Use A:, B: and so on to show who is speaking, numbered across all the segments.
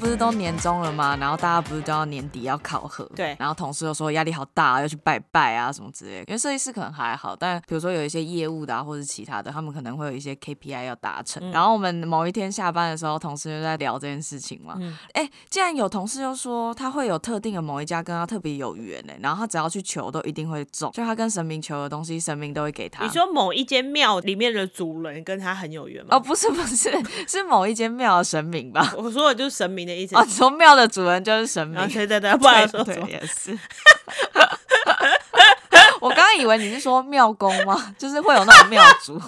A: 不是都年终了吗？然后大家不是都要年底要考核？
B: 对
A: 然后同事又说压力好大、啊，要去拜拜啊什么之类的。因为设计师可能还好，但比如说有一些业务的啊，或者其他的，他们可能会有一些 KPI 要达成。然后我们某一天下班的时候，同事就在聊这件事情嘛。哎、竟然有同事就说他会有特定的某一家跟他特别有缘呢、欸然后他只要去求都一定会中，就他跟神明求的东西，神明都会给他。
B: 你说某一间庙里面的主人跟他很有缘吗？
A: 哦，不是不是，是某一间庙的神明 吧？
B: 我说的就是神明的意思。
A: 哦，你说庙的主人就是神明
B: 然后，对对对， 不然要说
A: 对
B: 什么？
A: 也是。 我刚刚以为你是说庙公吗？ 就是会有那种庙主，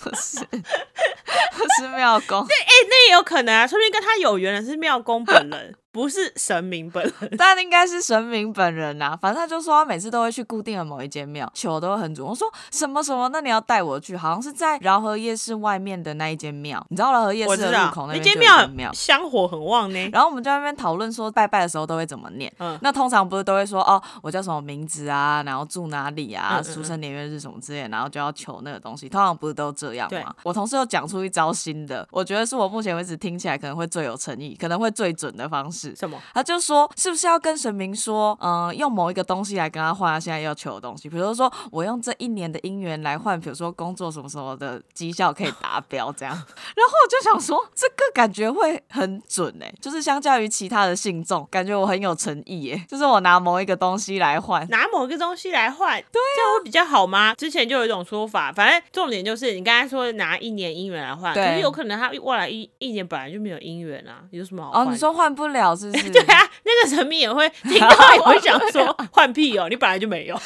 A: 不是，不是庙公。
B: 那也有可能啊，说不定跟他有缘的是庙公 本人，不是神明本人。
A: 但应该是神明本人呐、反正他就说他每次都会去固定的某一间庙，求都会很准。我说什么什么，那你要带我去，好像是在饶河夜市外面的那一间庙，你知道饶河夜
B: 我
A: 市
B: 知
A: 的入
B: 道
A: 口，那
B: 那
A: 边就有
B: 间
A: 一间
B: 庙
A: 庙。
B: 香火很旺呢。
A: 然后我们就在那边讨论说拜拜的时候都会怎么念。
B: 嗯
A: 那通常不是都会说哦，我叫什么名字啊，然后住哪里
B: 嗯
A: 啊，
B: 嗯
A: 出生年月日什么之类的，然后就要求那个东西。通常不是都这样
B: 对
A: 吗？我同事又讲出一招新的，我觉得是我目前为止听起来可能会最有诚意，可能会最准的方式。
B: 什 么？
A: 他就说，是不是要跟神明说，嗯、用某一个东西来跟他换他现在要求的东西？比如说，我用这一年的姻缘来换，比如说工作什么什么的绩效可以达标这样。 然后我就想说，这个感觉会很准哎、就是相较于其他的信众，感觉我很有诚意哎、就是我拿某一个东西来换。
B: 拿某个东西来换，对、
A: 啊
B: 这样会比较好吗？之前就有一种说法，反正重点就是你刚才说拿一年姻缘来换，
A: 对
B: 可是有可能他未来一一年本来就没有姻缘啊，有什么好
A: 哦
B: 换，的？
A: 你说换不了是不是？
B: 对啊，那个神明也会听到，也会想 说换屁哦，你本来就没有。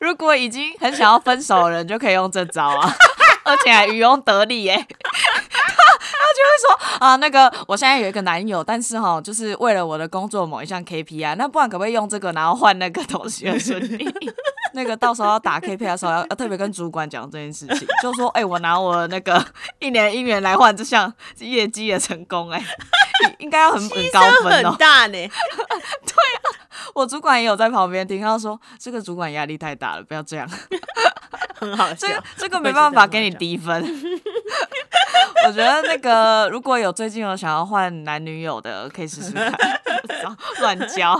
A: 如果已经很想要分手的人，就可以用这招啊， 而且还渔翁得利耶、 他他就会说啊，那个我现在有一个男友，但是哈，就是为了我的工作某一项 KPI，那不然可不可以用这个，然后换那个同学顺利？ 那个到时候要打 KPI 的时候要，要特别跟主管讲这件事情，就说哎、我拿我的那个 一年姻缘来换这项业绩的成功、哎， 应该要很很高
B: 真
A: 分哦
B: 很。大呢，
A: 我主管也有在旁边听，他说这个主管压力太大了，不要这样。
B: 很好
A: 这
B: 笑。
A: 个这个没办法给你
B: 低。
A: 低分。 我觉得那个如果有最近有想要换男女友的，可以试试看， 乱交。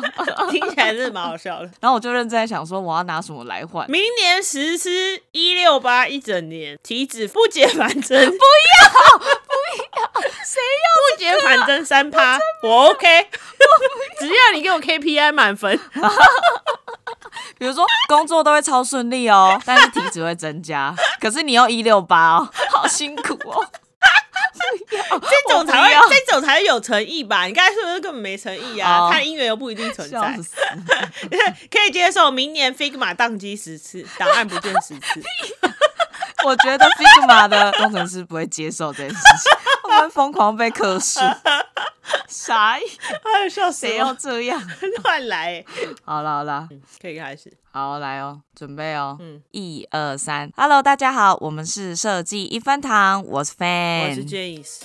B: 听起来真的蛮好笑的。
A: 然后我就认真在想说，我要拿什么来换？
B: 明年实施一六八一整年，体脂不减反 增，不要不要，谁要不减反增三趴，我 OK，只要你给我 KPI 满分，
A: 比如说工作都会超顺利哦，但是体脂会增加。可是你又一六八哦，好辛苦 哦。
B: 这种才
A: 我不要
B: 会这种才会有诚意吧？你刚才说的根本没诚意啊，
A: 哦
B: 他的姻缘又不一定存
A: 笑
B: 在，
A: 死！
B: 可以接受明年 Figma 宕机十次，档案不见十次，
A: 我觉得 Figma 的工程师不会接受这件事情，他们疯狂被克 数。啥？
B: 哎呦，笑死
A: 谁要
B: 我，
A: 这样？
B: 乱来欸，
A: 好啦好啦，
B: 可以开始。
A: 好，来哦，准备哦，
B: 嗯
A: 一二三，Hello，大家好，我们是设计一分堂，我是 Fan，
B: 我是 James，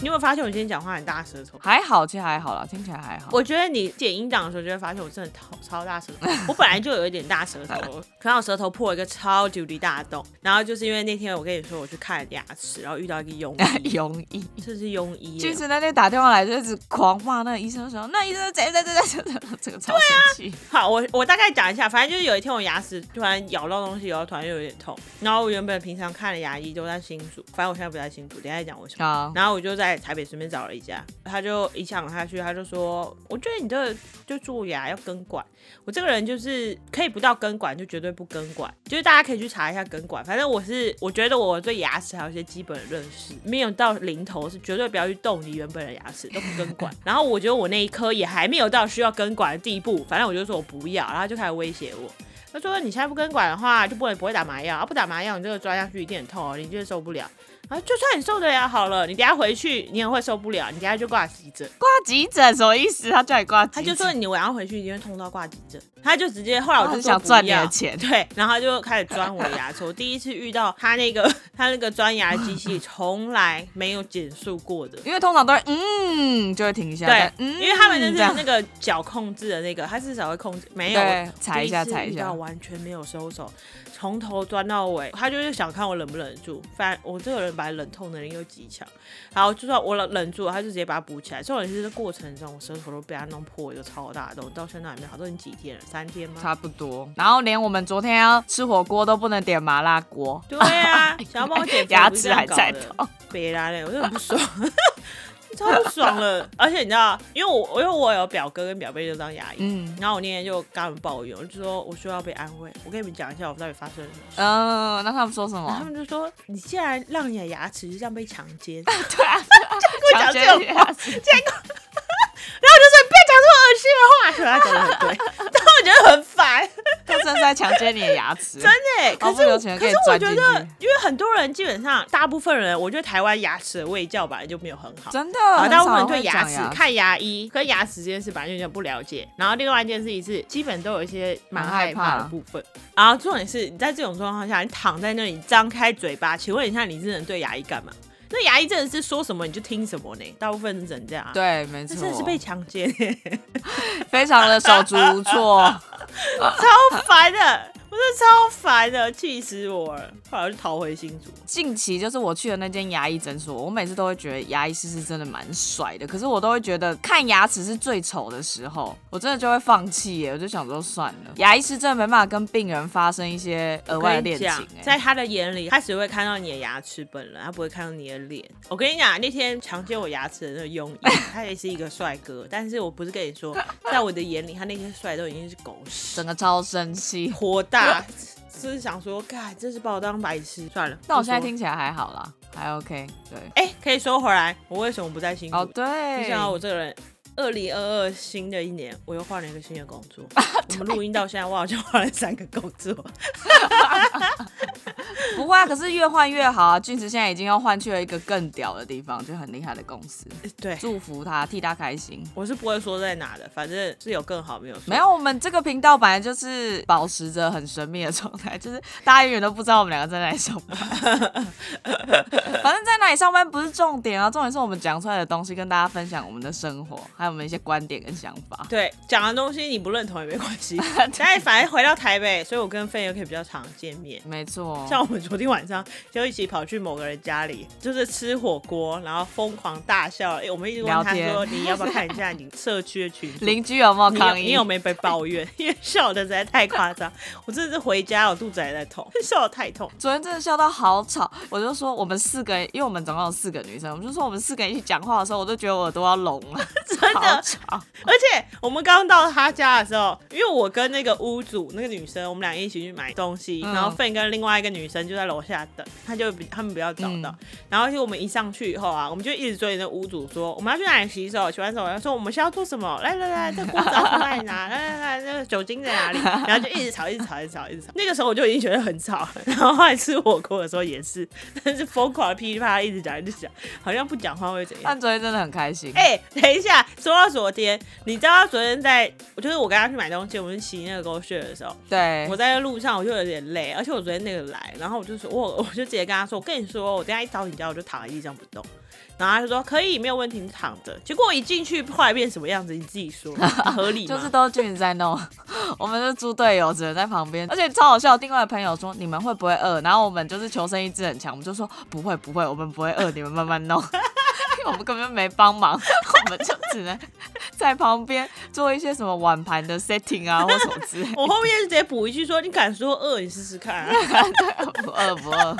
B: 你有没有发现我今天讲话很大舌头？
A: 还好，其实还好啦，听起来还好。
B: 我觉得你剪音档的时候就会发现我真的超超大舌头，我本来就有一点大舌头，可能我舌头破了一个超级无敌大的洞，然后就是因为那天我跟你说我去看牙齿，然后遇到一个 庸医，
A: 庸医，
B: 这是庸医耶，
A: 哎
B: 哦
A: 就是那天打电话来就一直狂骂那个医生说，那医生怎样怎样怎样怎样，这个超生气。
B: 好，我我大概讲一下，反正就是有一天我牙齿突然咬到东西，然后突然又有点痛，然后我原本平常看的牙医都在新竹，反正我现在不在新竹，等一下再讲为什么。
A: 好，
B: 然后我就在台北随便找了一家，他就一抢下去，他就说：“我觉得你这就蛀牙要根管。我这个人就是可以不到根管就绝对不根管，就是大家可以去查一下根管。反正我是我觉得我对牙齿还有一些基本的认识，没有到零头是绝对不要去动你原本的牙齿，都不根管。然后我觉得我那一颗也还没有到需要根管的地步，反正我就说我不要，然后他就开始威胁我。他说：“你现在不根管的话，就不能不会打麻药，啊、不打麻药，你这个抓下去一定很痛哦，你就是受不了。啊，就算你受得了好了，你等一下回去你也会受不了，你等一下就挂急诊。
A: 挂急诊什么意思？他叫你挂急
B: 他
A: 诊，
B: 就说你晚上回去一定会痛到挂急诊，他就直接后来我
A: 他
B: 就
A: 很
B: 说
A: 想
B: 不
A: 赚你
B: 要
A: 的钱
B: 对，然后他就开始钻我的牙齿。我第一次遇到他那个 他那个钻牙机器，从来没有减速过的。
A: 因为通常都会嗯就会停一下，
B: 对
A: 但，嗯，
B: 因为他们就是
A: 这样
B: 那个脚控制的那个，他至少会控制，没有
A: 对
B: 我
A: 踩一
B: 第
A: 下
B: 次
A: 踩一
B: 遇
A: 下
B: 到完全没有收手，从头钻到尾，他就是想看我忍不忍得住。反正我这个人把忍痛能力又极强，然后就算我忍忍住了，他就直接把它补起来。重点是这过程中，我舌头都被他弄破一个超大的洞，到现在还没好，都已经几天了，三天 吗？
A: 差不多。然后连我们昨天要吃火锅都不能点麻辣锅，
B: 对啊， 想要帮我减肥，
A: 哎牙
B: 不是
A: 齿
B: 这样
A: 还
B: 搞
A: 在
B: 的
A: 痛。
B: 别啦嘞，我就很不爽， 超不爽了。而且你知道，因为我因为我有表哥跟表妹就当牙医，
A: 嗯
B: 然后我那天就跟他们抱怨，我就说我需要被安慰。我跟你们讲一下我到底发生了什么事。
A: 嗯、那他们说什
B: 然后他
A: 么？
B: 们就说：“你竟然让你的牙齿就这样被强 奸，
A: 对啊，
B: 讲
A: 强
B: 这种
A: 奸
B: 话
A: 牙齿
B: 然后我就说你不要讲这么恶心的话。”所以他讲的很 对，但我觉得很烦。
A: 他真的在强奸你的牙齿，
B: 真的欸，可
A: 毫不
B: 是
A: 留
B: 我
A: 情地
B: 可
A: 给
B: 是
A: 你
B: 我
A: 钻
B: 觉
A: 进去
B: 得，因为很多人基本上大部分人，我觉得台湾牙齿的卫教本来就没有 很 好。
A: 真的
B: 好，
A: 很
B: 大部
A: 少
B: 分
A: 人
B: 人对
A: 会
B: 牙
A: 讲
B: 齿看牙医跟牙齿这件事本来就有点不了解，然后另外一件事情是基本都有一些蛮害怕的部分。然后重点是你在这种状况下，你躺在那里张开嘴巴，请问一下，你是能对牙医干嘛？那牙医真的是说什么你就听什么呢？大部分是人这样、啊。。
A: 对，没
B: 这
A: 错，
B: 真的是被强奸、
A: 非常的手足无措。
B: 超烦的，我真的超烦的，气死我了！后来我就逃回新竹，
A: 近期就是我去的那间牙医诊所，我每次都会觉得牙医师是真的蛮帅的，可是我都会觉得看牙齿是最丑的时候，我真的就会放弃耶，我就想说算了，牙医师真的没办法跟病人发生一些额
B: 我
A: 外的
B: 跟你
A: 恋情
B: 讲，
A: 哎
B: 在。他的眼里，他只会看到你的牙齿本人，他不会看到你的脸。我跟你讲，那天强奸我牙齿的那个庸医，他也是一个帅哥，但是我不是跟你说，在我的眼里，他那天帅都已经是狗屎
A: 整，个超生气，
B: 火大，就是想说，干，真是把我当白痴。算了，
A: 但我现在
B: 不说，
A: 听起来还好啦，还 OK。对，
B: 哎、可以说回来，我为什么不在新竹？
A: 哦对，
B: 你想啊我这个人。二零二二新的一年，我又换了一个新的工 作。我们录音到现在，我好像换了三个工作。
A: 不会啊，可是越换越好啊。俊子现在已经要换去了一个更屌的地方，就很厉害的公司，
B: 对，
A: 祝福他，替他开心。
B: 我是不会说在哪的，反正是有更好没有错
A: 没有，我们这个频道本来就是保持着很神秘的状态，就是大家永远都不知道我们两个在哪里上班。反正在哪里上班不是重点啊，重点是我们讲出来的东西，跟大家分享我们的生活，还有我们一些观点跟想法。
B: 对讲的东西你不认同也没关 系，
A: 啊
B: 但是反正回到台北，所以我跟飞友可以比较常见面。
A: 没错，
B: 像我们昨天晚上就一起跑去某个人家里，就是吃火锅，然后疯狂大笑。哎、我们一直问他
A: 聊
B: 说你要不要看一下你社区的群 组？
A: 邻居有没有
B: 你有
A: 抗议？
B: 你有没有被抱怨？ 因为笑的实在太夸张，我真的是回家我肚子还在痛， 笑的太痛。
A: 昨天真的笑到好吵，我就说我们四个人，因为我们总共有四个女生，我们就说我们四个人一起讲话的时候，我都觉得我耳朵要聋 了，真
B: 的
A: 好吵。
B: 而且我们刚到他家的时候，因为我跟那个屋主那个女生，我们俩一起去买东西，
A: 嗯
B: 然后 f 跟另外一个女生就在楼下等，他就比他们比较早到。
A: 嗯
B: 然后就我们一上去以后啊，我们就一直追着那屋主说我们要去哪里洗手，洗完手他说我们是要做什么，来来来，这锅子要从哪里 拿，来来来，那个酒精在哪里？然后就一直吵，一直吵，一直吵，一直吵。那个时候我就已经觉得很吵了， 然后后来吃火锅的时候也是，但是疯狂的噼里啪啦一直讲，一直讲，好像不讲话会怎样。
A: 但昨天真的很开心，
B: 哎、等一下，说到昨天，你知道他昨天在，就是我跟他去买东西，我们骑那个 GO s h 的时候，
A: 对
B: 我，在路上我就有点累，而且我昨天那个来，然后我就说，我 我就直接跟他说，我跟你说，我等一下一到你家我就躺在地上不动，然后他就说可以，没有问题，你躺着。结果我一进去，后来变什么样子，你自 己说，合理吗？
A: 就是都俊在弄，我们是猪队友，只能在旁边，而且超好笑。另外的朋友说你们会不会饿？然后我们就是求生意志很强，我们就说不会不会，我们不会饿，你们慢慢弄。 因为我们根本没帮忙， 我们就只能在旁边做一些什么碗盘的 setting 啊，或什么之类的。
B: 我后面就直接补一句说，你敢说饿，你试试看、啊，
A: 不饿不饿。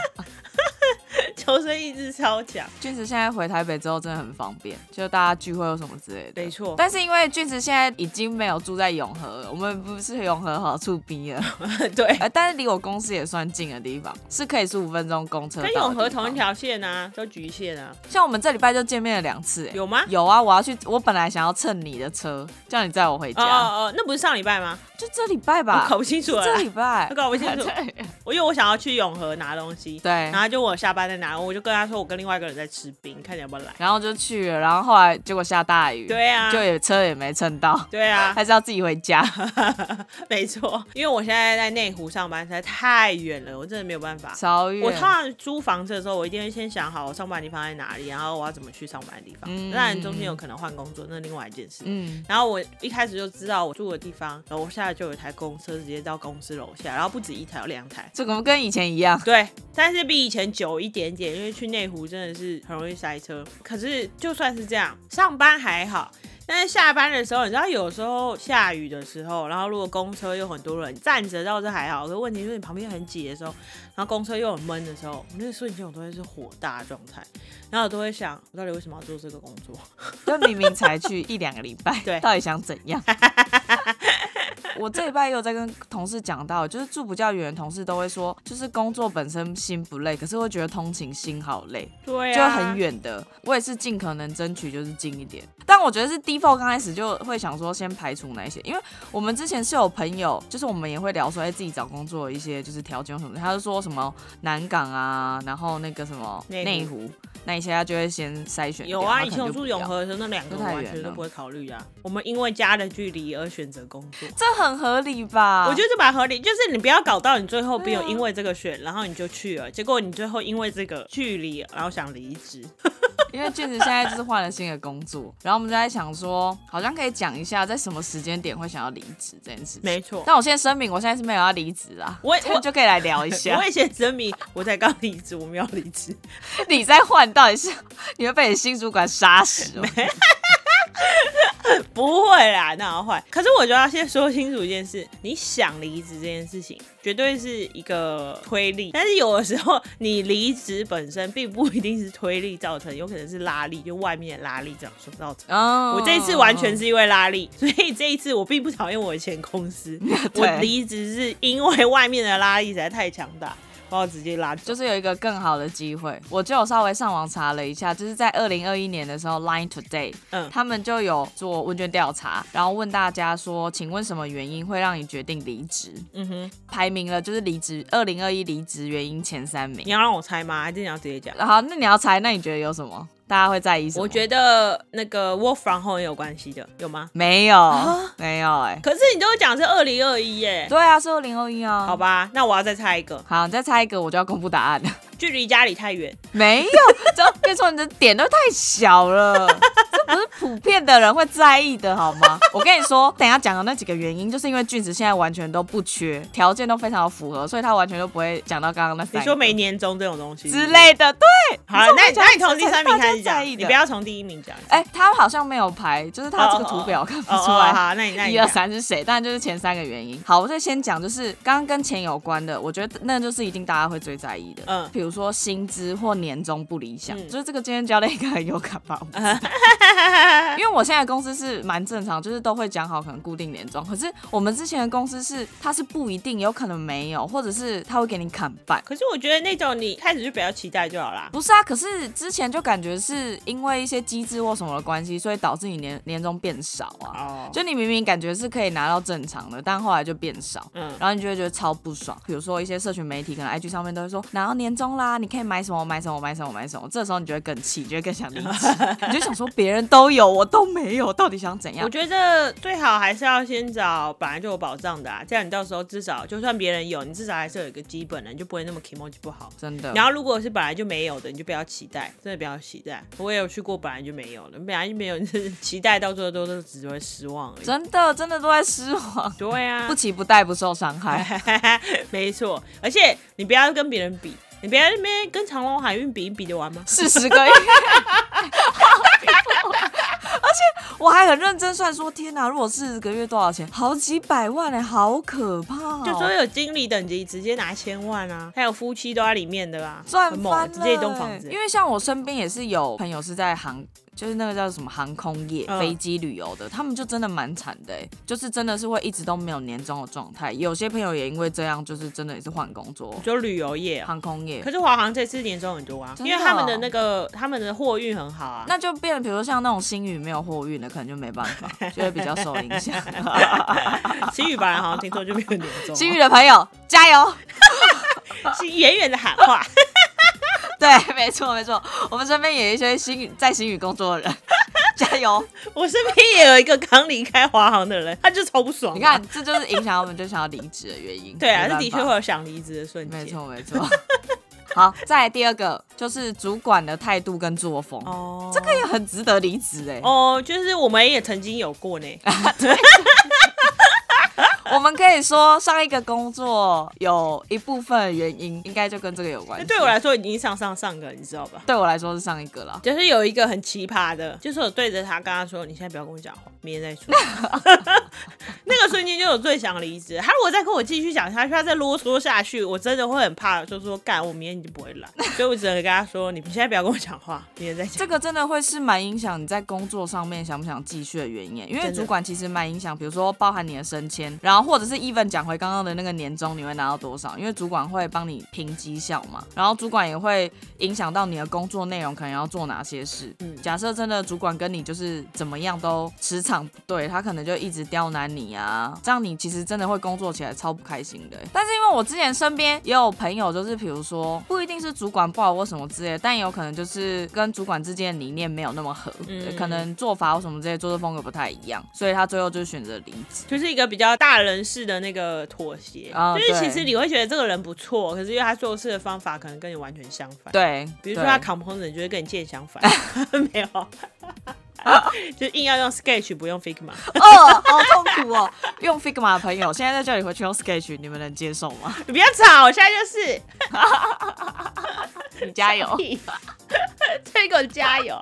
B: 求生意志超 强。
A: 俊子现在回台北之后真的很方便，就大家聚会或什么之类的。
B: 没错
A: 但是因为俊子现在已经没有住在永和了，我们不是永和好处逼 了，
B: 对，
A: 呃，但是离我公司也算近的地方，是可以十五分钟公车到
B: 跟
A: 的
B: 永和
A: 地方
B: 同一。条线啊，都局限啊，
A: 像我们这礼拜就见面了两次、哎
B: 有吗？
A: 有啊，我要去，我本来想要蹭你的车，叫你载我回
B: 哦
A: 家，
B: 哦哦，那不是上礼拜吗？
A: 就这礼拜
B: 我
A: 吧，
B: 搞不清楚了
A: 这
B: 啦，
A: 礼拜
B: 我，搞不清楚。
A: 对
B: 我因为我想要去永和拿东西，
A: 对
B: 然后就问我下班在哪啊，我就跟他说我跟另外一个人在吃冰，看你要不要来。
A: 然后就去了，然后后来结果下大雨，、
B: 对啊，
A: 就也车也没蹭到，
B: 对啊，
A: 还是要自己回 家。
B: 没错，因为我现在在内湖上班，实在太远了，我真的没有办法。
A: 超远，
B: 我通常租房子的时候，我一定会先想好我上班的地方在哪里，然后我要怎么去上班的地方。
A: 嗯
B: 当然中间有可能换工作，那另外一件事。
A: 嗯，
B: 然后我一开始就知道我住的地方，楼下就有一台公车直接到公司楼下，然后不止一台，有两台。
A: 这个跟以前一 样，
B: 对，但是比以前久一点点，因为去内湖真的是很容易塞车。可是就算是这样，上班还好，但是下班的时候，你知道有时候下雨的时候，然后如果公车又很多人，站着倒是还好，可是问题是你旁边很挤的时候，然后公车又很闷的时候，那瞬间我都会是火大的状态，然后我都会想，我到底为什么要做这个工作？
A: 就明明才去一两个礼拜，
B: 对
A: 到底想怎样？ 我这礼拜也有在跟同事讲到，就是住比较远的同事都会说，就是工作本身心不累，可是会觉得通勤心好累，
B: 对、啊
A: 就会很。远的。我也是尽可能争取就是近一点，但我觉得是 default 刚开始就会想说先排除哪一些，因为我们之前是有朋友，就是我们也会聊说，哎、自己找工作的一些就是条件什么的，他就说什么南港啊，然后那个什么
B: 内湖
A: 内湖那一些，他就会先筛选掉。
B: 有啊，
A: 他
B: 以
A: 可
B: 前
A: 能
B: 我
A: 就
B: 住
A: 不
B: 永
A: 要
B: 和的时候，那两个
A: 都
B: 我
A: 太
B: 完
A: 远
B: 全都
A: 了
B: 不会考虑啊。我们因为家的距离而选择工作，
A: 这很合理吧？
B: 我觉得这蛮合理，就是你不要搞到你最后没有
A: 对啊
B: 因为这个选，然后你就去了，结果你最后因为这个距离，然后想离职。
A: 因为俊子现在就是换了新的工作，然后我们就在想说，好像可以讲一下在什么时间点会想要离职这件事情。
B: 没错
A: 但我现在声明，我现在是没有要离职啦，
B: 我
A: 这样
B: 我
A: 就可以来聊一下
B: 我。以前证明我才刚离职，我们要离职，
A: 你再换到底是 你会被你新主管杀死 哦？
B: 不会啦，那要换。可是我就要先说清楚一件事，你想离职这件事情，绝对是一个推力，但是有的时候你离职本身并不一定是推力造成，有可能是拉力，就外面的拉力这样说造成。
A: 嗯
B: 我这一次完全是因为拉力，所以这一次我并不讨厌我以前公司，我离职是因为外面的拉力实在太强大，把我直接拉走。
A: 就是有一个更好的机会，我就有稍微上网查了一下，就是在二零二一年的时候，Line Today，
B: 嗯
A: 他们就有做问卷调查，然后问大家说，请问什么原因会让你决定离职？
B: 嗯哼，
A: 排名了，就是离职二零二一离职原因前三名
B: 你。要让我猜吗？还是你要直接讲？
A: 好，那你要猜，那你觉得有什么？大家会在意什么？
B: 我
A: 得
B: 觉得那个 work from home 也有关系的，有吗？
A: 没有，
B: 啊
A: 没有、哎，
B: 可是你都讲是二零二一耶，
A: 对啊，是二零二一啊。
B: 好
A: 吧，
B: 吧，那我要再猜一个，
A: 好，你再猜一个，我就要公布答案了。
B: 距离家里太远。
A: 没有，这跟你说你的点都太小了，这不是普遍的人会在意的好吗？我跟你说，等一下讲的那几个原因，就是因为俊子现在完全都不缺，条件都非常符合，所以他完全都不会讲到刚刚那三个
B: 你说没年终这种东西
A: 之？类的，对。
B: 好了，那
A: 你
B: 那你从第三名开
A: 大
B: 始
A: 家在
B: 讲，
A: 意的
B: 你不要从第一名讲。
A: 哎、他好像没有排，就是他这个图表看不
B: 哦哦
A: 出来。
B: 好，那你那你
A: 一二
B: 讲，
A: 三是谁？但就是前三个原因。好，我就先讲，就是刚刚跟钱有关的，我觉得那就是一定大家会最在意的。
B: 嗯
A: 比如说薪资或年终不理想，
B: 嗯
A: 就是这个今天教练应该很有感吧？我不知道因为我现在的公司是蛮正常，就是都会讲好可能固定年终，可是我们之前的公司是它是不一定，有可能没有，或者是他会给你砍半。
B: 可是我觉得那种你开始就不要期待就好啦。
A: 不是啊，可是之前就感觉是因为一些机制或什么的关系，所以导致你年年终变少啊。
B: 哦，
A: 就你明明感觉是可以拿到正常的，但后来就变少，
B: 嗯
A: 然后你就会觉得超不爽。比如说一些社群媒体，可能 IG 上面都会说拿到年终啦，你可以买什么买什么买什么买什么，这时候你就会更气，你就会更想离 职，你就想说别人都有，我都没有，到底想怎样
B: 我？觉得最好还是要先找本来就有保障的啊，这样你到时候至少就算别人有，你至少还是有一个基本的，你就不会那么 e m o j i 不好。
A: 真的，
B: 然后如果是本来就没有的，你就不要期待，真的不要期待。我也有去过本来就没有的，本来就没有，你就是期待到最后都是只会失望而已。
A: 真的真的都在失望，
B: 对啊
A: 不，期不待，不受伤害。
B: 哎没错，而且你不要跟别人比。你不要在那边跟长隆海运比比得完吗？
A: 四十个月。 而且我还很认真算说，天哪！如果四十个月多少钱？好几百万哎、好可怕、哦！
B: 就说有经理等级直接拿千万啊，还有夫妻都在里面的啊，
A: 赚
B: 很猛
A: 翻了、欸
B: 直接一栋房子
A: 因。为像我身边也是有朋友是在航，就是那个叫什么航空业、
B: 嗯
A: 飞机旅游的，他们就真的蛮惨的、欸，就是真的是会一直都没有年终的状态。有些朋友也因为这样，就是真的也是换工作，
B: 就旅游业啊，
A: 航空业
B: 可。是华航这次年终很多啊，
A: 真
B: 因
A: 的哦
B: 为他们的那个他们的货运很好啊。
A: 那就变，比如说像那种新宇没有货运的，可能就没办法，就会比较受影 响。
B: 新宇本来好像听说就没有年 终啊，
A: 新宇的朋友加油！
B: 是远远的喊话，
A: 对，没错没错，我们身边也有一些新语在新语工作的人，加油！
B: 我身边也有一个刚离开华航的人，他就超不爽。啊
A: 你看，，这就是影响我们就想要离职的原因。
B: 对啊，
A: 没
B: 这
A: 办
B: 的确
A: 法
B: 会有想离职的瞬间。
A: 没错没错。 好，再来第二个就是主管的态度跟作风，
B: 哦，
A: 这个也很值得离职哎。
B: 哦，就是我们也曾经有过 呢。
A: 我们可以说上一个工作有一部分原因应该就跟这个有关
B: 那
A: 系。
B: 对我来说已经上上上个，你知道吧？
A: 对我来说是上一个啦。
B: 就是有一个很奇葩的，就是我对着他跟他说：“你现在不要跟我讲话，明天再说。” 那个瞬间就我最想离职。他如果再跟我继续讲下去，他再啰嗦下去，我真的会很怕，就说干，我明天你就不会来。所以我只能跟他说：“你现在不要跟我讲话，明天再讲。
A: 这个真的会是蛮影响你在工作上面想不想继续的原因耶，因为
B: 真的
A: 主管其实蛮影响，比如说包含你的升迁，然后或者是 even 讲回刚刚的那个年终你会拿到多少，因为主管会帮你评绩效嘛，然后主管也会影响到你的工作内容，可能要做哪些事。
B: 嗯
A: 假设真的主管跟你就是怎么样都磁场不对，他可能就一直刁难你啊，这样你其实真的会工作起来超不开心的耶。但是因为我之前身边也有朋友，就是比如说不一定是主管不好或什么之类的，但也有可能就是跟主管之间的理念没有那么合，
B: 嗯
A: 可能做法或什么之类做事风格不太一样，所以他最后就选择离职。
B: 就是一个比较大人式的那个妥协，
A: 哦
B: 就是
A: 对
B: 其实你会觉得这个人不错，可是因为他做事的方法可能跟你完全相反。
A: 对，
B: 比如说他
A: 对
B: component 就会跟你见 相反， 没有，就硬要用 Sketch 不用 Figma。
A: 哦，好痛苦哦。用 Figma 的朋友现在在叫你回去用 Sketch，你们能接受吗？
B: 你不要吵，我现在就是
A: 你加油。
B: 推狗加油。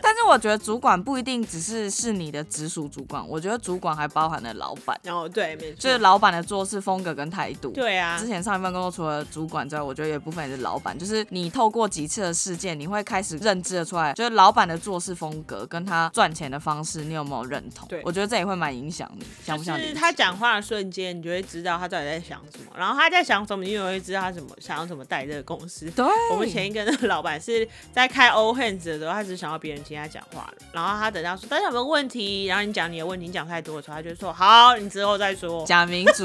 A: 但是我觉得主管不一定只是是你的直属主管，我觉得主管还包含了老板，
B: 然后对，没
A: 就是
B: 错，
A: 老板的做事风格跟态度。。
B: 对啊
A: 之，前上一份工作，除了主管之外，我觉得有一部分也是老板。就是你透过几次的事件，你会开始认知的出来，就是老板的做事风格跟他赚钱的方式，你有没有认同？
B: 对
A: 我觉得这也会蛮影响你，想不想
B: 就
A: 离
B: 是
A: 职？
B: 他讲话的瞬间，你就会知道他到底在想什么，然后他在想什么，你也会知道他怎么想要怎么带这个公司。
A: 对，
B: 我们前一个那个老板是在开 O hands 的时候，他只想要别人听他讲话了，然后他等到说大家有没有问题，然后你讲你的问题，你讲太多的时候，他就说好，你之后再说。
A: 假民主，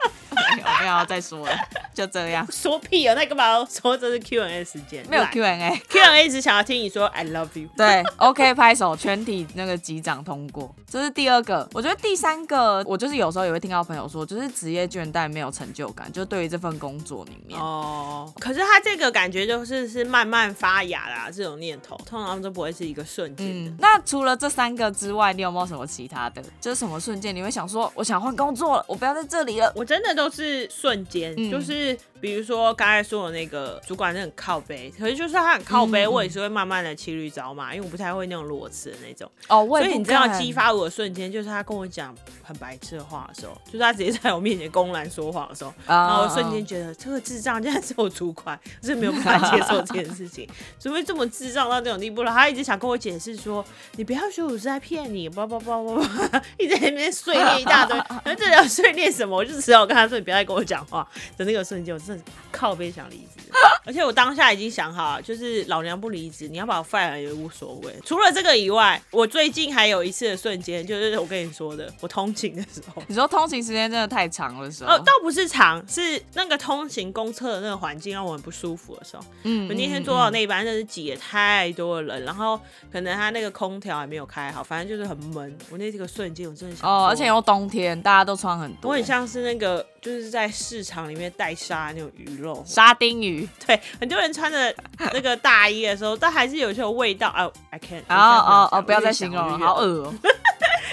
A: 没有没有要再说了，就这样，
B: 说屁啊！那干嘛说这是 Q&A 时间？
A: 没有
B: 来
A: Q&A。
B: Q&A 只想要听你说 I love you。
A: 对，OK，拍手，全体那个击掌通过，这是第二个。我觉得第三个，我就是有时候也会听到朋友说，就是职业倦怠，没有成就感，就对于这份工作里面。
B: 哦，可是他这个感觉就是是慢慢发芽啦，这种念头通常都不会是一个瞬间的。
A: 嗯，那除了这三个之外，你有没有什么其他的？就是什么瞬间你会想说，我想换工作了，我不要在这里了。
B: 我真的都是瞬间，
A: 嗯
B: 就是比如说刚才说的那个主管，那很靠背，可是就是他很靠背，
A: 嗯
B: 我也是会慢慢的骑驴找马，因为我不太会那种裸辞的那种。
A: 哦，我
B: 所
A: 也
B: 以
A: 不
B: 你知道
A: 敢
B: 激发我的瞬间，就是他跟我讲很白痴的话的时候，就是他直接在我面前公然说谎的时候，
A: 啊
B: 然后我哦瞬间觉得这个智障竟然只有主管，我真的没有办法接受这件事情，怎么会这么智障到这种地步了？他一直想跟我解释说，你不要觉得我是在骗你，叭叭叭叭叭，一直在那边碎念一大堆，然后这里要碎念什么？我就只好跟他说，你不要再跟我讲话的那个瞬间，我真的靠背想离职。而且我当下已经想好，就是老娘不离职，你要把我 fire 了也无所谓。除了这个以外，我最近还有一次的瞬间，就是我跟你说的，我通勤的时候。
A: 你说通勤时间真的太长了，是吗？
B: 哦，倒不是长，是那个通勤公厕的那个环境让我很不舒服的时候。
A: 嗯
B: 我那天坐到
A: 那，
B: 那一班，真的是挤也太多人，然后可能他那个空调还没有开好，反正就是很闷。我那这个瞬间，我真的想
A: 哦，
B: 说
A: 而且又冬天，大家都穿很多，
B: 我很像是那个就是在市场里面带沙的那种鱼肉，
A: 沙丁鱼。
B: 对，很多人穿着那个大衣的时候，但还是有一些味道。啊 i can't
A: 哦哦哦，不要再
B: 再
A: 形容了，好恶哦。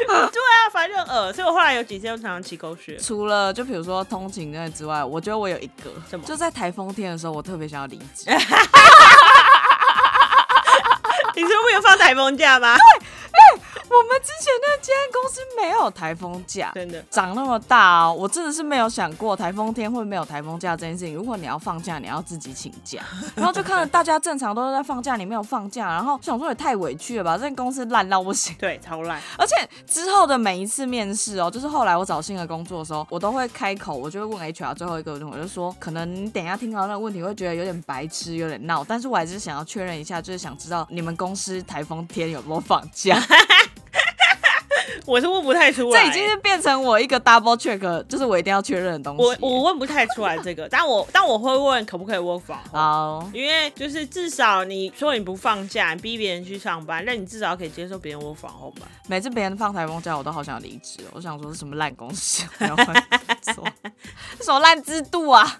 B: 啊，反正就很恶。所以我后来有几天我常常起狗血。
A: 除了就比如说通勤那之外，我觉得我有一个
B: 什么哎
A: 就在台风天的时候，我特别想要离职，
B: 你说我有放台风假 吗？
A: 我们之前那间公司没有台风假。
B: 真的，
A: 长那么大、哦，我真的是没有想过台风天会没有台风假这件事情。如果你要放假，你要自己请 假，然后就看着大家正常都是在放假，你没有放假，然后想说也太委屈了吧，这间公司烂到不行。
B: 对，超烂。
A: 而且之后的每一次面试哦，就是后来我找新的工作的时候，我都会开口，我就会问 HR 最后一个问题，我就说，可能你等一下听到那个问题会觉得有点白痴，有点闹，但是我还是想要确认一下，就是想知道你们公司台风天有没有放假。
B: 我是问不太出来、
A: 这已经是变成我一个 double check，就是我一定要确认的东西。
B: 我我问不太出来这个， 但我但我会问可不可以 work from home，
A: 好，
B: 因为就是至少你说你不放假，你逼别人去上班，那你至少可以接受别人 work from home 吧？
A: 每次别人放台风假，我都好想离职哦。我想说是什么烂公司，我要换工作，这什么烂制度啊？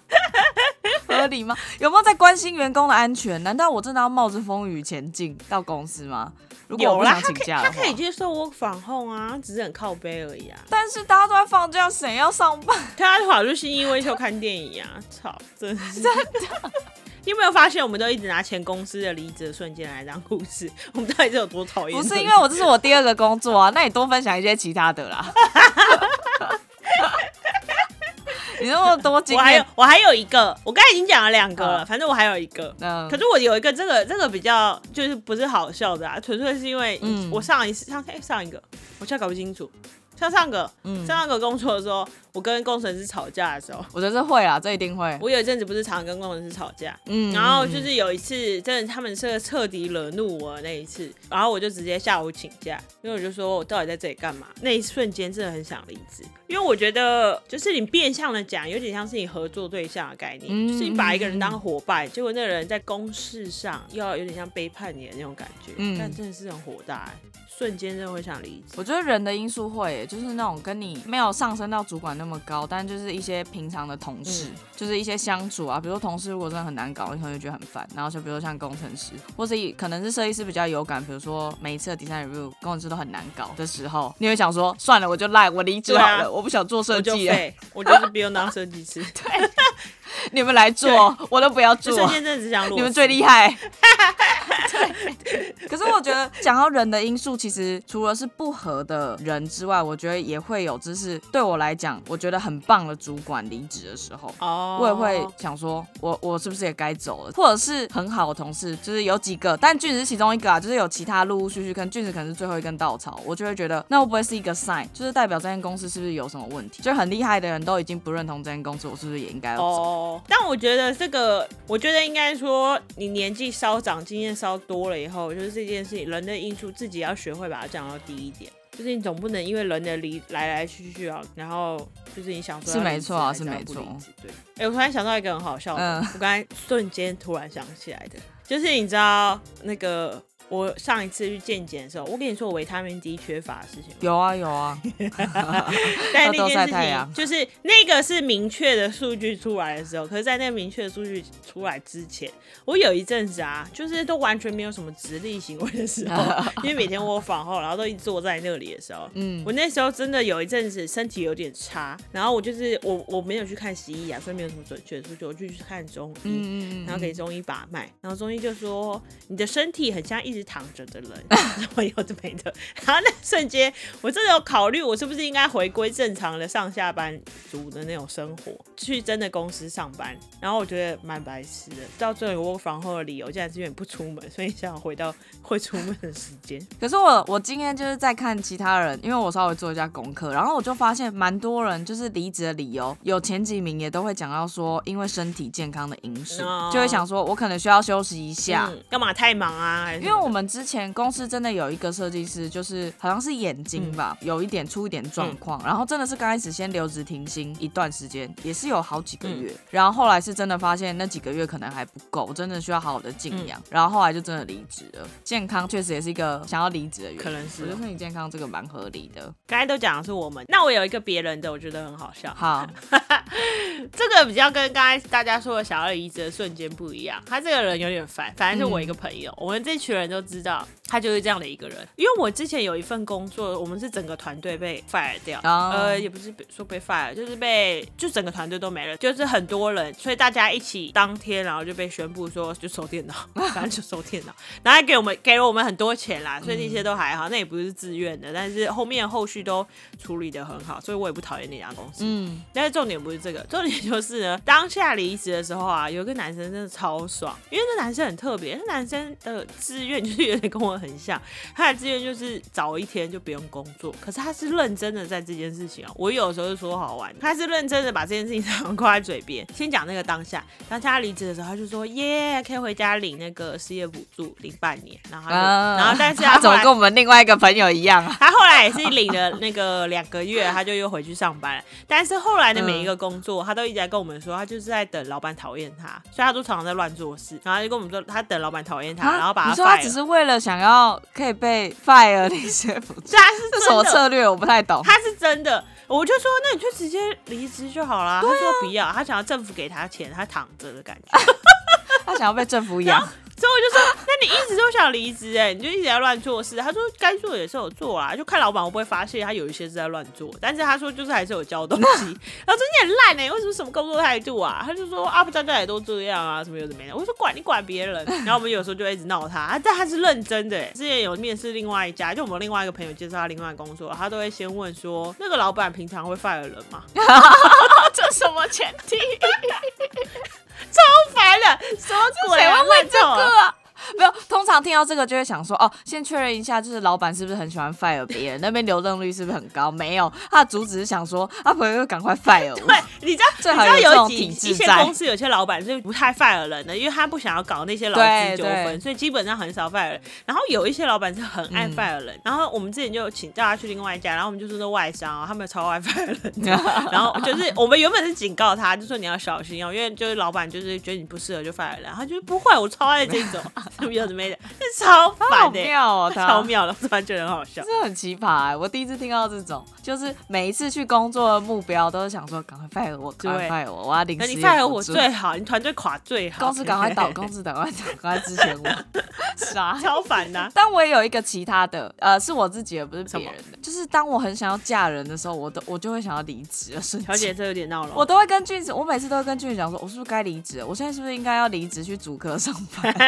A: 合理吗？有没有在关心员工的安全？难道我真的要冒着风雨前进到公司吗？如果我
B: 有
A: 不
B: 啦，
A: 想
B: 他
A: 请
B: 可以
A: 假
B: 他
A: 的话
B: 可，以接受 work from home 啊，只是很靠背而已啊。
A: 但是大家都在放假，谁要上班？
B: 他跑去新一微秀看电影啊！操，真的是真的。 你有没有发现，我们都一直拿前公司的离职的瞬间来当故事？ 我们到底是有多讨厌？
A: 不是因为我这是我第二个工作啊，那你多分享一些其他的 啦。你那么多经
B: 我还有
A: 验，
B: 我还有一个，我刚才已经讲了两个了，
A: 嗯
B: 反正我还有一个。
A: 嗯
B: 可是我有一个这个这个比较就是不是好笑的啊，纯粹是因为
A: 嗯
B: 我上一次上哎、上一个，我现在搞不清楚，上上个、
A: 嗯
B: 上上个工作的时候，我跟工程师吵架的时候，
A: 我觉得这会啊，这一定会。
B: 我有一阵子不是常跟工程师吵架，
A: 嗯，
B: 然后就
A: 嗯
B: 是有一次，真的他们是彻底惹怒我的那一次，然后我就直接下午请假，因为我就说我到底在这里干嘛？那一瞬间真的很想离职，因为我觉得就是你变相的讲，有点像是你合作对象的概念，
A: 嗯
B: 就是你把一个人当伙伴，结果那个人在公事上又要有点像背叛你的那种感觉，
A: 嗯
B: 但真的是很火大、欸，瞬间真的会想离职。
A: 我觉得人的因素会耶，就是那种跟你没有上升到主管那么高，但就是一些平常的同事，
B: 嗯
A: 就是一些相处啊，比如说同事如果真的很难搞，你可能会觉得很烦。然后就比如说像工程师，或是以可能是设计师比较有感，比如说每一次的 design review 工程师都很难搞的时候，你会想说算了，我就赖，我离职好了，
B: 对啊
A: 我不想做设
B: 我就
A: 计了，
B: 废，我就是不用当设 计师，
A: 你们来 做，我都不要
B: 这
A: 做
B: 瞬。间真的只想裸
A: 你们
B: 辞
A: 最厉害。对，可是我觉得讲到人的因素，其实除了是不合的人之外，我觉得也会有，就是对我来讲，我觉得很棒的主管离职的时候。
B: 哦，
A: 我也会想说我，我是不是也该走了？或者是很好的同事，就是有几个，但俊子是其中一个啊，就是有其他陆陆续续，跟俊子可能是最后一根稻草，我就会觉得，那会不会是一个 sign，就是代表这间公司是不是有什么问题？就很厉害的人都已经不认同这间公司，我是不是也应该要走？
B: 哦，但我觉得这个，我觉得应该说，你年纪稍长，经验稍多了以后，就是这件事情，人的因素自己要学会把它降到低一点。就是你总不能因为人的离来来去去啊，然后就是你想说
A: 是
B: 要
A: 没
B: 离职
A: 错啊
B: 还
A: 是
B: 要
A: 没
B: 不
A: 错
B: 离职对，哎、我突然想到一个很好笑的，
A: 嗯
B: 我刚才瞬间突然想起来的，就是你知道那个我上一次去健检的时候，我跟你说我维他命 D 缺乏的事情吗，
A: 有啊有啊，
B: 但
A: 要
B: 那
A: 多晒
B: 件
A: 太阳
B: 事情就是那个是明确的数据出来的时候，可是，在那个明确的数据出来之前，我有一阵子啊，就是都完全没有什么直立行为的时 候，因为每天我访后，然后都一直坐在那里的时候，
A: 嗯，
B: 我那时候真的有一阵子身体有点差，然后我就是我我没有去看西医啊，所以没有什么准确的数据，我就去看中医。
A: 嗯嗯嗯，
B: 然后给中医把脉，然后中医就说你的身体很像一直躺着 的人，我有的没的。然后那瞬间，我真的有考虑，我是不是应该回归正常的上下班族的那种生活，去真的公司上班。然后我觉得蛮白痴的，到最后我房后的理由竟然是因为你不出门，所以想回到会出门的时间。
A: 可是我我今天就是在看其他人，因为我稍微做一下功课，然后我就发现蛮多人就是离职的理由，有前几名也都会讲到说因为身体健康的因素，
B: 哦
A: 就会想说我可能需要休息一下。
B: 嗯干嘛太忙啊？还是
A: 因为我们之前公司真的有一个设计师，就是好像是眼睛吧，
B: 嗯
A: 有一点出一点状况，然后真的是刚开始先留职停薪一段时间，也是有好几个月，
B: 嗯
A: 然后后来是真的发现那几个月可能还不够，真的需要好好的静
B: 嗯
A: 养，然后后来就真的离职了。健康确实也是一个想要离职的原因，
B: 可能是
A: 我觉
B: 哦
A: 得身体健康这个蛮合理的。
B: 刚才都讲的是我们，那我有一个别人的，我觉得很好笑。
A: 好，
B: 这个比较跟刚才大家说的想要离职的瞬间不一样，他这个人有点烦，反正是我一个朋友，我们这群人都知道他就是这样的一个人。因为我之前有一份工作，我们是整个团队被 fire 掉，
A: 哦
B: 呃，也不是被说被 fire，就是被就整个团队都没了，就是很多人，所以大家一起当天，然后就被宣布说就收电脑， 反正就收电脑，然后还给我们给了我们很多钱啦，所以那些都还好，那也不是自愿的，但是后面后续都处理的很好，所以我也不讨厌那家公司。
A: 嗯，
B: 但是重点不是这个，重点就是呢，当下离职的时候啊，有一个男生真的超爽，因为那男生很特别，那男生的志愿愿就是有点跟我很像，他的志愿就是早一天就不用工作，可是他是认真的在这件事情啊。我有时候就说好玩，他是认真的把这件事情 常常挂在嘴边。先讲那个当下，当下他离职的时候，他就说耶，可以回家领那个失业补助，领半年。然后他就，
A: 啊
B: 然后但是
A: 他
B: 他
A: 怎
B: 后
A: 么
B: 来
A: 跟我们另外一个朋友一 样啊？
B: 他后来也是领了那个两个月，他就又回去上班了。但是后来的每一个工作，他都一直在跟我们说，他就是在等老板讨厌他，所以他都常常在乱做事。然后他就跟我们说，他等老板讨厌他，然后把
A: 你
B: 他
A: 说他
B: fire
A: 只。是为了想要可以被 fire 那 些不
B: 是啊，是
A: 这
B: 真
A: 什么
B: 的
A: 策略？我不太懂。
B: 他是真的，我就说那你就直接离职就好啊啦。他说不要，他想要政府给他钱，他躺着的感觉。
A: 他想要被政府 养，
B: 所以我就说，那你一直都想离职哎，你就一直在乱做事。他说该做也是有做啊，就看老板会不会发现他有一些是在乱做，但是他说就是还是有交东西。
A: 嗯
B: 然后说你很烂哎、为什么什么工作态度啊？他就说啊，不大家也都这样啊，什么有的没的。我说管你管别人。然后我们有时候就会一直闹他，啊但他是认真的、欸。之前有面试另外一家，就我们另外一个朋友介绍他另外一个工作，他都会先问说那个老板平常会 fire 人 吗？
A: 这什么 前提？
B: 不烦了，什么鬼、
A: 谁
B: 啊？
A: 会问这
B: 烂透了
A: 个啊？没有，通常听到这个就会想说，哦，先确认一下，就是老板是不是很喜欢 fire 别人，那边流动率是不是很高？没有，他的主旨是想说，啊，朋友赶快 fire 我。
B: 对，你知道，
A: 最好
B: 你知
A: 有这
B: 道
A: 种
B: 有几
A: 体制
B: 一些
A: 在
B: 公司有些老板是不太 fire 人的，因为他不想要搞那些劳
A: 对
B: 资纠纷，
A: 对
B: 所以基本上很少 fire 人。然后有一些老板是很爱
A: 嗯
B: fire 人，然后我们之前就请大家去另外一家，然后我们就说那外商、哦，他们超爱 fire 人的， 然后就是我们原本是警告他，就说你要小心哦，因为就是老板就是觉得你不适合就 fire 人，然后他就是不会，我超爱这 种，什么有的没的，这超
A: 好
B: 烦的、欸
A: 妙哦，他
B: 超妙的，突然觉得很好笑。
A: 这很奇葩、欸，我第一次听到这种，就是每一次去工作的目标都是想说，赶快 fire 我，赶快
B: 对
A: fire 我，我要临
B: 那
A: 时
B: 你
A: 也
B: fire
A: 不
B: 我
A: 住
B: 最好，你团队垮最好，
A: 公司赶快倒，公司赶快倒，赶快之前我傻眼
B: 超烦的、啊
A: 但我也有一个其他的，呃，是我自己的，不是
B: 什
A: 别
B: 么
A: 人的。就是当我很想要嫁人的时候，我都我就会想要离职了。瞬
B: 小姐，
A: 间，
B: 这有点闹了。
A: 我都会跟俊子，我每次都会跟俊子讲说，我是不是该离职了？我现在是不是应该要离职去主科上班？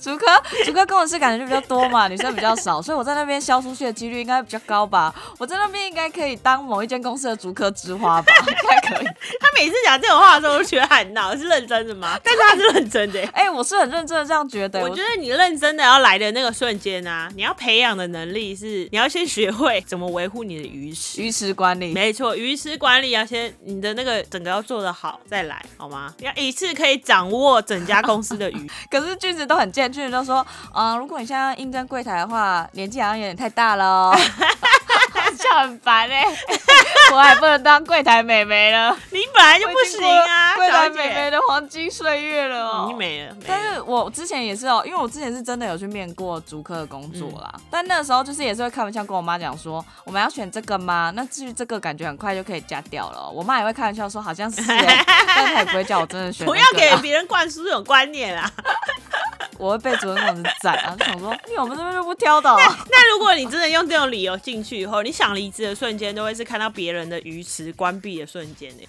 A: 主科主科跟我是感觉就比较多嘛，女生比较少，所以我在那边消出去的几率应该比较高吧。我在那边应该可以当某一间公司的主科之花吧， 应该可以。
B: 他每次讲这种话的时候，我都觉得很闹，是认真的吗？ 但是他是认真的、
A: 哎、我是很认真的这样觉得。
B: 我觉得你认真的要来的那个瞬间啊，你要培养的能力是，你要先学会怎么维护你的鱼池。
A: 鱼池管理，
B: 没错，鱼池管理要先，你的那个整个要做得好再来，好吗？要一次可以掌握整家公司的 鱼。
A: 可是句子都很贱，句子都说，嗯、如果你现在要应征柜台的话，年纪好像有点太大了哦。笑很烦哎、 我还不能当柜台美眉了，
B: 你本来就不行啊，
A: 我已经过了柜台
B: 小
A: 美
B: 姐
A: 眉，的黄金岁月了哦、
B: 你没了，没
A: 但
B: 了。
A: 是我之前也是哦，因为我之前是真的有去面过竹科的工作
B: 嗯
A: 啦，但那时候就是也是会开玩笑跟我妈讲说，我们要选这个吗？那至于这个，感觉很快就可以加掉了哦、我妈也会开玩笑说，好像 是、欸，但她也不会叫我真的选、那
B: 不
A: 个
B: 要
A: 啊。
B: 给别人灌输这种观念啊！
A: 我会被主任老师宰啊，就想说你我们这边就不挑 的、哦，
B: 那如果你真的用这种理由进去以后，你想离职的瞬间，都会是看到别人的鱼池关闭的瞬间欸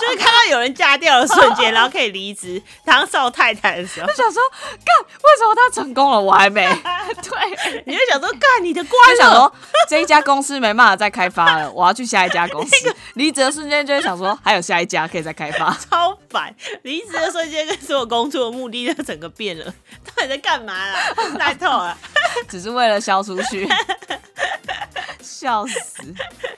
B: 就是看到有人嫁掉的瞬间，然后可以离职当少太太的时候
A: 就，想说干为什么他成功了我还 没？对，
B: 你就想说，干你的哦关
A: 就想
B: 了，
A: 说 这一家公司没办法再开发了，我要去下一家公司。离职的瞬间就会想说还有下一家可以再开发。
B: 超烦。离职的瞬间跟所有工作的目的就整个变了，到底在干嘛啦？烂透 了。
A: 只是为了消出去。笑死！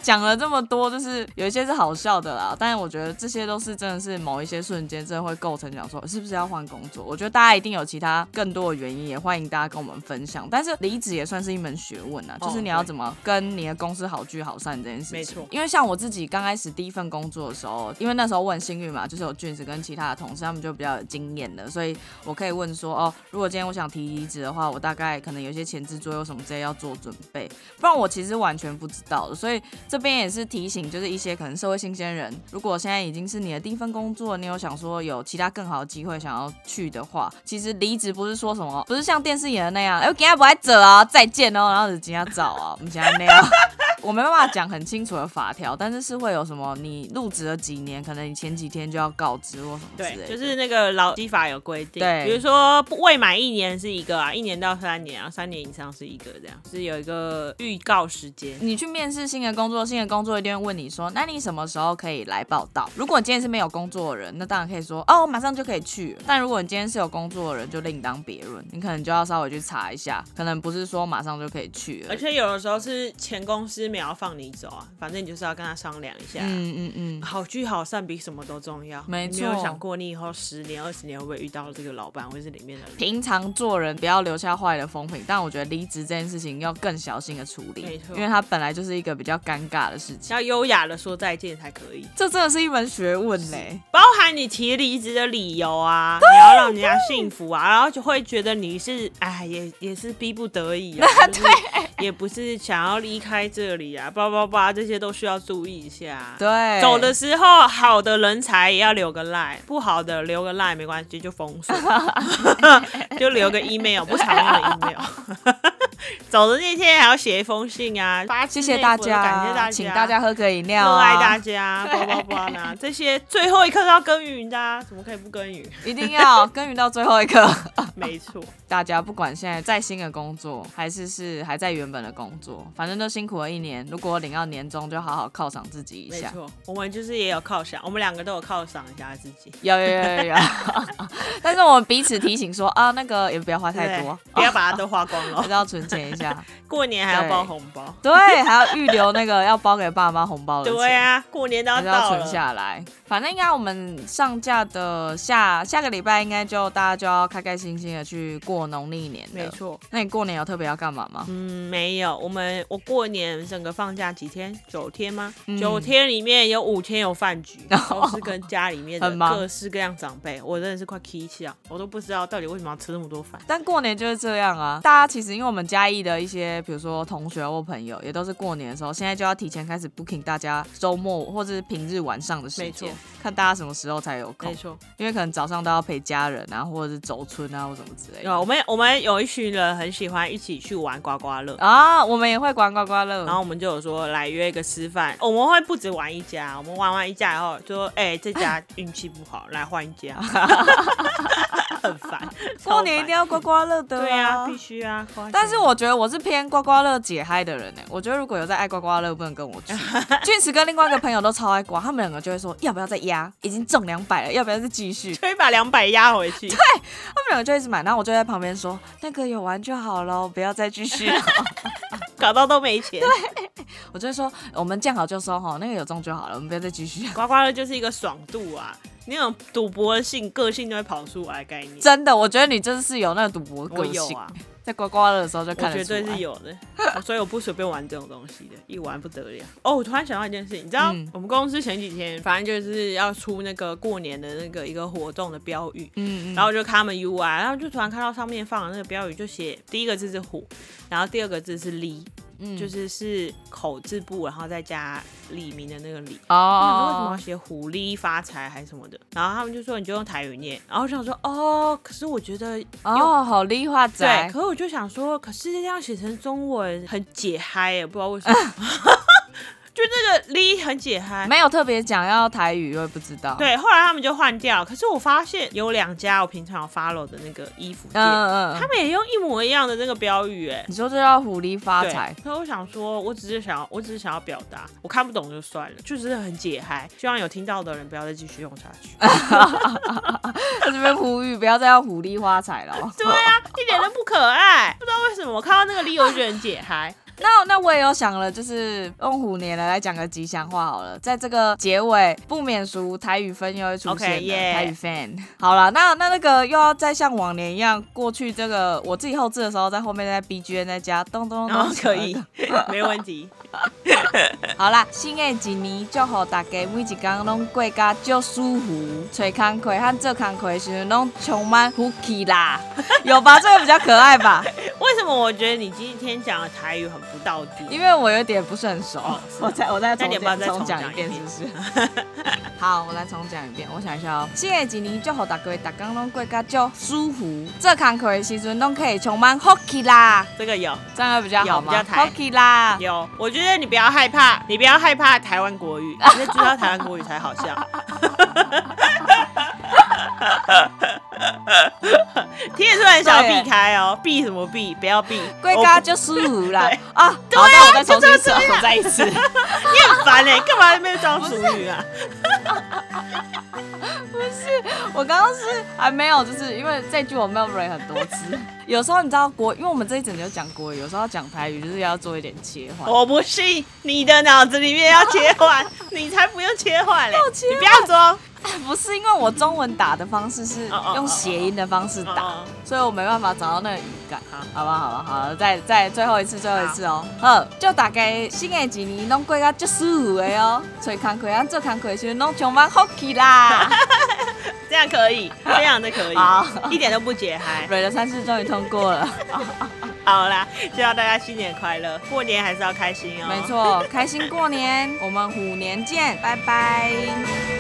A: 讲了这么多，就是有一些是好笑的啦，但是我觉得这些都是真的是某一些瞬间，真的会构成讲说是不是要换工作。我觉得大家一定有其他更多的原因，也欢迎大家跟我们分享。但是离职也算是一门学问啊，
B: 哦
A: 就是你要
B: 对
A: 怎么跟你的公司好聚好散这件事情。
B: 没错
A: 因为像我自己刚开始第一份工作的时候，因为那时候我很幸运嘛，就是有俊子跟其他的同事，他们就比较有经验的，所以我可以问说，哦，如果今天我想提离职的话，我大概可能有一些前置作业什么之类要做准备，不然我其实完全不知道的。所以这边也是提醒，就是一些可能社会新鲜人，如果现在已经是你的第一份工作，你有想说有其他更好的机会想要去的话，其实离职不是说什么， 哦不是像电视演的那样，哎、我今天不爱走啊，再见哦，然后就今天走啊，我们今天那样。我没办法讲很清楚的法条，但是是会有什么，你入职了几年，可能你前几天就要告知或什么之类
B: 对，
A: 的，
B: 就是那个劳基法有规定，
A: 对
B: 比如说不未满一年是一个啊，一年到三年啊，三年以上是一个这样，是有一个预告时间。
A: 你去面试新的工作，新的工作一定会问你说，那你什么时候可以来报道？如果你今天是没有工作的人，那当然可以说哦，我马上就可以去了。但如果你今天是有工作的人，就另当别论，你可能就要稍微去查一下，可能不是说马上就可以去了
B: 而。且有的时候是前公司没有要放你走啊，反正你就是要跟他商量一下。
A: 嗯嗯嗯，
B: 好聚好散比什么都重要。
A: 没
B: 你没有
A: 错
B: 想过你以后十年、二十年会不会遇到这个老板，或是里面的人？
A: 平常做人不要留下坏的风评，但我觉得离职这件事情要更小心的处理
B: 没，错
A: 因为它本来就是一个比较尴尬的事情。
B: 要优雅的说再见才可以，
A: 这真的是一门学问欸嘞、
B: 包含你提离职的理由啊，你要让人家幸福啊，然后就会觉得你是哎，也也是逼不得 已啊，就是也不是想要离开这里啊，叭叭叭，这些都需要注意一下。啊
A: 对，
B: 走的时候，好的人才也要留个赖，不好的留个赖没关系，就封 锁，就留个 email，不常用的 email。走 的那天还要写一封信啊，发自
A: 谢
B: 内
A: 谢大
B: 心地
A: 家，
B: 感谢大家，
A: 请大家喝个饮料、
B: 热
A: 啊，
B: 爱大家，叭叭叭啦，啊 这些最后一刻都要耕耘的、啊，怎么可以不 耕耘？
A: 一定要耕耘到最后一刻。
B: 没错，
A: 大家不管现在在新的工作，还是是还在原本的工作，反正都辛苦了一年。如果领到年终，就好好犒赏自己一
B: 没
A: 下。
B: 错，我们就是也有犒赏，我们两个都有犒赏一下自己，
A: 有有有有有， 但是我们彼此提醒说啊，那个也不要花太
B: 对
A: 多，
B: 不要把它都花光
A: 还
B: 了
A: 是。要存钱一下。
B: 过年还要包
A: 对
B: 红包，
A: 对，还要预留那个要包给爸妈红包的钱。
B: 对啊，过年都要
A: 还是要
B: 到
A: 存
B: 了。
A: 下来。反正应该我们上架的下下个礼拜，应该就大家就要开开心心的去过农历年
B: 没
A: 了。
B: 错，
A: 那你过年有特别要干嘛吗？
B: 嗯，没有，我们我过年整个放假几天？九天吗？
A: 嗯哦
B: 九天里面有五天有饭局，都是跟家里面的
A: 很忙
B: 各式各样长辈，我真的是快气气啊！我都不知道到底为什么要吃那么 多饭。
A: 但过年就是这样啊，大家其实因为我们嘉义的一些，比如说同学或朋友，也都是过年的时候，现在就要提前开始 booking 大家周末或者是平日晚上的时
B: 没错
A: 间，看大家什么时候才有
B: 没
A: 空，
B: 错，
A: 因为可能早上都要陪家人啊，或者是走村啊或什么之类
B: 有
A: 的。
B: 我们我们有一群人很喜欢一起去玩刮刮乐。
A: 啊，我们也会玩刮刮乐，
B: 然后我们就有说来约一个吃饭，我们会不止玩一家，我们玩完一家以后就说，哎、这 家运气不好，来换一家，很烦。
A: 过年一定
B: 要
A: 要刮刮乐的、
B: 对啊，必须啊。刮
A: 但是
B: 奖
A: 我觉得我是偏刮刮乐解嗨的人呢、我觉得如果有在爱刮刮乐，不能跟 我去。俊驰跟另外一个朋友都超爱刮，他们两个就会说要不要再压，已经中两百了，要不要再继续？
B: 可以把两百压回 去。
A: 他们两个就一直买，然后我就在旁边说那个有玩就好了，不要再继续了。
B: 搞到都没钱。
A: 我就会说我们见好就收哈，那个有中就好了，我们不要再继续。
B: 刮刮乐就是一个爽度啊，那种赌博性个性就会跑出来的概念。
A: 真的，我觉得你真的是有那个赌博
B: 我
A: 个
B: 有
A: 性，
B: 啊，
A: 在刮刮乐的时候就
B: 我
A: 看得
B: 绝
A: 出来。
B: 对是有的，所以我不随便玩这种东西的，一玩不得了。哦，我突然想到一件事，你知道、
A: 嗯
B: 我们公司前几天反正就是要出那个过年的那个一个活动的标语，
A: 嗯嗯，
B: 然后我就看他们 UI，然后就突然看到上面放的那个标语，就写第一个字是虎，然后第二个字是李，
A: 嗯
B: 就是是口字部，然后再加李明的那个李。我想说为什么要
A: 哦，
B: 写狐狸发财还是什么的？然后他们就说你就用台语念，然后我想说哦，可是我觉得
A: 哦，好厉害
B: 对，
A: 仔，
B: 可是我就想说，可是这样写成中文很解嗨耶，不知道为什么， 就那个哩很解嗨。
A: 没有特别讲要台语，我也不知道。
B: 对，后来他们就换掉，可是我发现有两家我平常有 follow 的那个衣服店，
A: 嗯嗯
B: 他们也用一模一样的那个标语哎。
A: 你说这叫狐狸发
B: 对
A: 财，，
B: 所以我想说，我只是想要，我只是想要表达，我看不懂就算了，就只是很解嗨。希望有听到的人不要再继续用下去。
A: 在这边呼吁不要再用狐狸发财了哦。
B: 对 啊，一点都不可爱，不知道为什么我看到那个理由就很解 嗨。
A: 那那我也有想了，就是用虎年了来讲个吉祥话好了，在这个结尾不免俗台语分又会出现
B: OK，
A: 了
B: 耶
A: 台语 fan。好了，那那那个又要再像往年一样，过去这个我自己后置的时候，在后面在 B G N 在加咚咚
B: 然
A: 咚
B: 后，哦可以。， 没问题。
A: 好啦，新的一年祝福大家每一天拢过家足舒服，找工课和做工课的时候拢充满福气啦，有吧？这个比较可爱吧？
B: 为什么我觉得你今天讲的台语很不到底？
A: 因为我有点不是很熟，
B: 哦是
A: 我再我再
B: 那
A: 重
B: 你要不要再
A: 重
B: 重
A: 讲
B: 讲
A: 一
B: 一
A: 遍，是
B: 遍
A: 不是？好，我再重讲一遍，我想一下哦。新的一年，祝福大家，大家拢过较足舒服，做工课的时阵拢可以充满福气啦，
B: 这个有
A: 这样会比较好吗？
B: 有比较台
A: 福气啦，
B: 有，我觉得你不要害怕，你不要害怕台湾国 语，因为知道台湾国语才好笑。 听得出来想要避开哦，避什么避？不要避，
A: 过
B: 我
A: 较
B: 不
A: 足舒服啦
B: 对。
A: 啊，好，那我再重新说，我再一次。
B: 你很烦哎，干嘛在那边装淑女啊？
A: 我刚刚是还没有，就是因为这句我 memory 很多次。有时候你知道国，因为我们这一整就讲国语，有时候要讲台语，就是要做一点切换。
B: 我不信你的脑子里面要切换，你才不用切换嘞
A: 要！切
B: 你不要装，
A: 不是因为我中文打的方式是
B: 哦哦哦
A: 用谐音的方式打
B: 哦哦，
A: 所以我没办法找到那个语感。
B: 好
A: 好吧，好吧，好了，再再最后一次，最后一次哦。好，祝大家新的一年拢过到足舒服的哦，找工课啊，咱做工课的时候拢充满福气 啦。
B: 这样可以，这样的可
A: 好
B: 以，一点都不解嗨。
A: 蕊了三次，终于通过了，
B: 好啦，希望大家新年快乐，过年还是要开心哦。
A: 没错，开心过年，我们虎年见，拜拜。